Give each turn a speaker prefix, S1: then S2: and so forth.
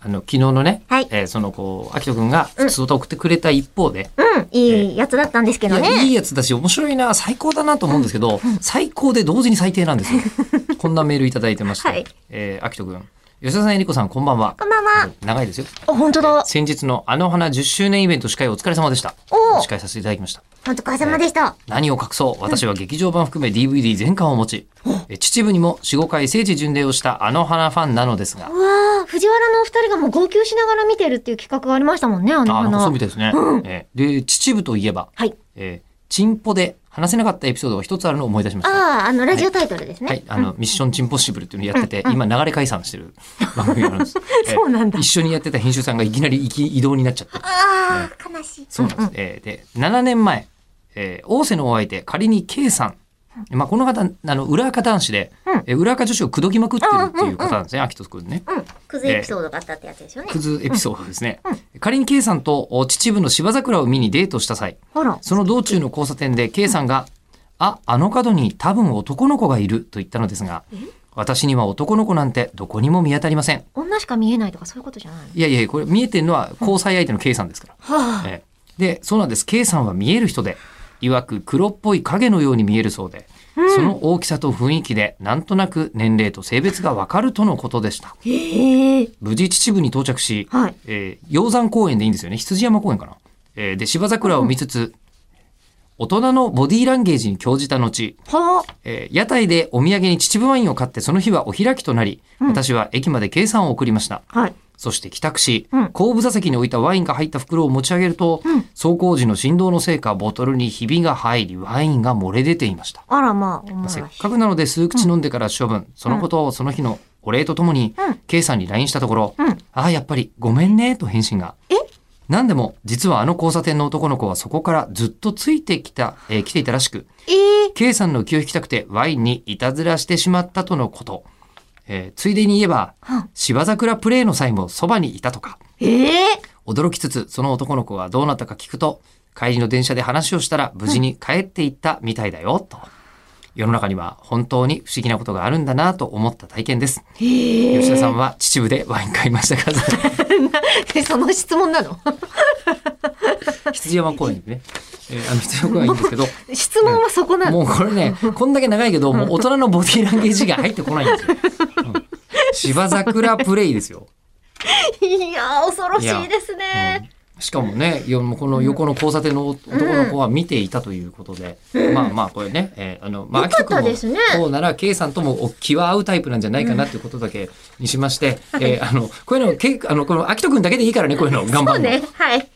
S1: あの昨日のね、
S2: はい
S1: えーそのこう秋人君が普通と送ってくれた一方で、
S2: うん、いいやつだったんですけど
S1: いやい
S2: ね。
S1: いやつだし面白いな最高だなと思うんですけど、最高で同時に最低なんです よこんなメールいただいてまして、
S2: はい
S1: えー、秋人君吉田さんえりこさんこんばんは
S2: こんばんは。
S1: 長いですよ
S2: お、本当だ。
S1: 先日のあの花10周年イベント司会お疲れ様でした
S2: おお
S1: 司、会させていただきました
S2: 本当お母様でした。
S1: 何を隠そう私は劇場版含め DVD 全巻を持ち、え秩父にも45回聖地巡礼をしたあの花ファンなのですが
S2: うわあ、藤原のお二人がもう号泣しながら見てるっていう企画がありましたもんね、あの
S1: あの
S2: 花。
S1: 細みたいですね、えーで秩父といえば、
S2: はい。
S1: えー、チンポで話せなかったエピソードが一つあるのを思い出しました
S2: ああ、あの、ラジオタイトルですね。
S1: はい、あの、ミッションチンポッシブルっていうのをやってて、今流れ解散してる番組があるんです。えー
S2: そうなんだ
S1: 一緒にやってた編集さんがいきなり行き移動になっちゃって。
S2: ああ、悲しい。
S1: そうなんです。えーで、7年前、えー大瀬のお相手、仮に K さん。まあ、この方、あの、裏垢男子で、
S2: うん
S1: えー裏垢女子を口説きまくってるっていう方なんですね、秋人くんね。
S2: うん。うん。クズエピソードがあったってやつですよね
S1: ク。ズエピソードですね。仮に K さんとお秩父の芝桜を見にデートした際、
S2: ほら。
S1: その道中の交差点で K さんが、あ、あの角に多分男の子がいると言ったのですが、私には男の子なんてどこにも見当たりません。
S2: 女しか見えないとかそういうことじゃないの
S1: いやいや、これ見えてるのは交際相手の K さんですから。
S2: はあ。
S1: ええで、そうなんです。K さんは見える人で、いわく黒っぽい影のように見えるそうで、その大きさと雰囲気で、なんとなく年齢と性別がわかるとのことでした。
S2: へえ。
S1: 無事秩父に到着し、
S2: はい
S1: えー鷹山公園でいいんですよね羊山公園かな、えーで芝桜を見つつ、大人のボディーランゲージに興じた後、
S2: はあ。
S1: えー屋台でお土産に秩父ワインを買ってその日はお開きとなり、私は駅まで K さんを送りました
S2: はい。
S1: そして帰宅し、
S2: うん
S1: 後部座席に置いたワインが入った袋を持ち上げると、
S2: うん
S1: 走行時の振動のせいかボトルにひびが入りワインが漏れ出ていました
S2: あら、まあ、お前らし
S1: せっ
S2: い。
S1: かくなので数口飲んでから処分、そのことをその日のお礼とともに、
S2: うん
S1: K さんに LINE したところ、
S2: うん
S1: ああ、やっぱりごめんね、と返信が。
S2: え
S1: なんでも、実はあの交差点の男の子はそこからずっとついてきた、えー来ていたらしく、
S2: ええ。
S1: K さんの気を引きたくてワインにいたずらしてしまったとのこと。えーついでに言えば、
S2: は
S1: 芝桜プレイの際もそばにいたとか、
S2: ええ。
S1: 驚きつつ、その男の子がどうなったか聞くと、帰りの電車で話をしたら無事に帰っていったみたいだよ、と。世の中には本当に不思議なことがあるんだなと思った体験です。
S2: へえ。
S1: 吉田さんは秩父でワイン買いましたか
S2: え、その質問なの
S1: 羊山公園でね。えーあの羊山公園はいいんですけど、
S2: 質問はそこな
S1: も
S2: の
S1: うこれね、こんだけ長いけど、もう大人のボディーランゲージが入ってこないんですよ。うん芝桜プレイですよ。
S2: いやー、恐ろしいですね。
S1: うんしかもね、よもうこの横の交差点の男の子は見ていたということで、まあまあこれね、えーあの、まあ、
S2: よかったですね
S1: 秋田君もそうなら、K さんともお気は合うタイプなんじゃないかなということだけにしまして、えーあの、こういうの、けあの、この秋人君だけでいいからね、こういうの、頑張
S2: そう
S1: るの。
S2: ね。はい。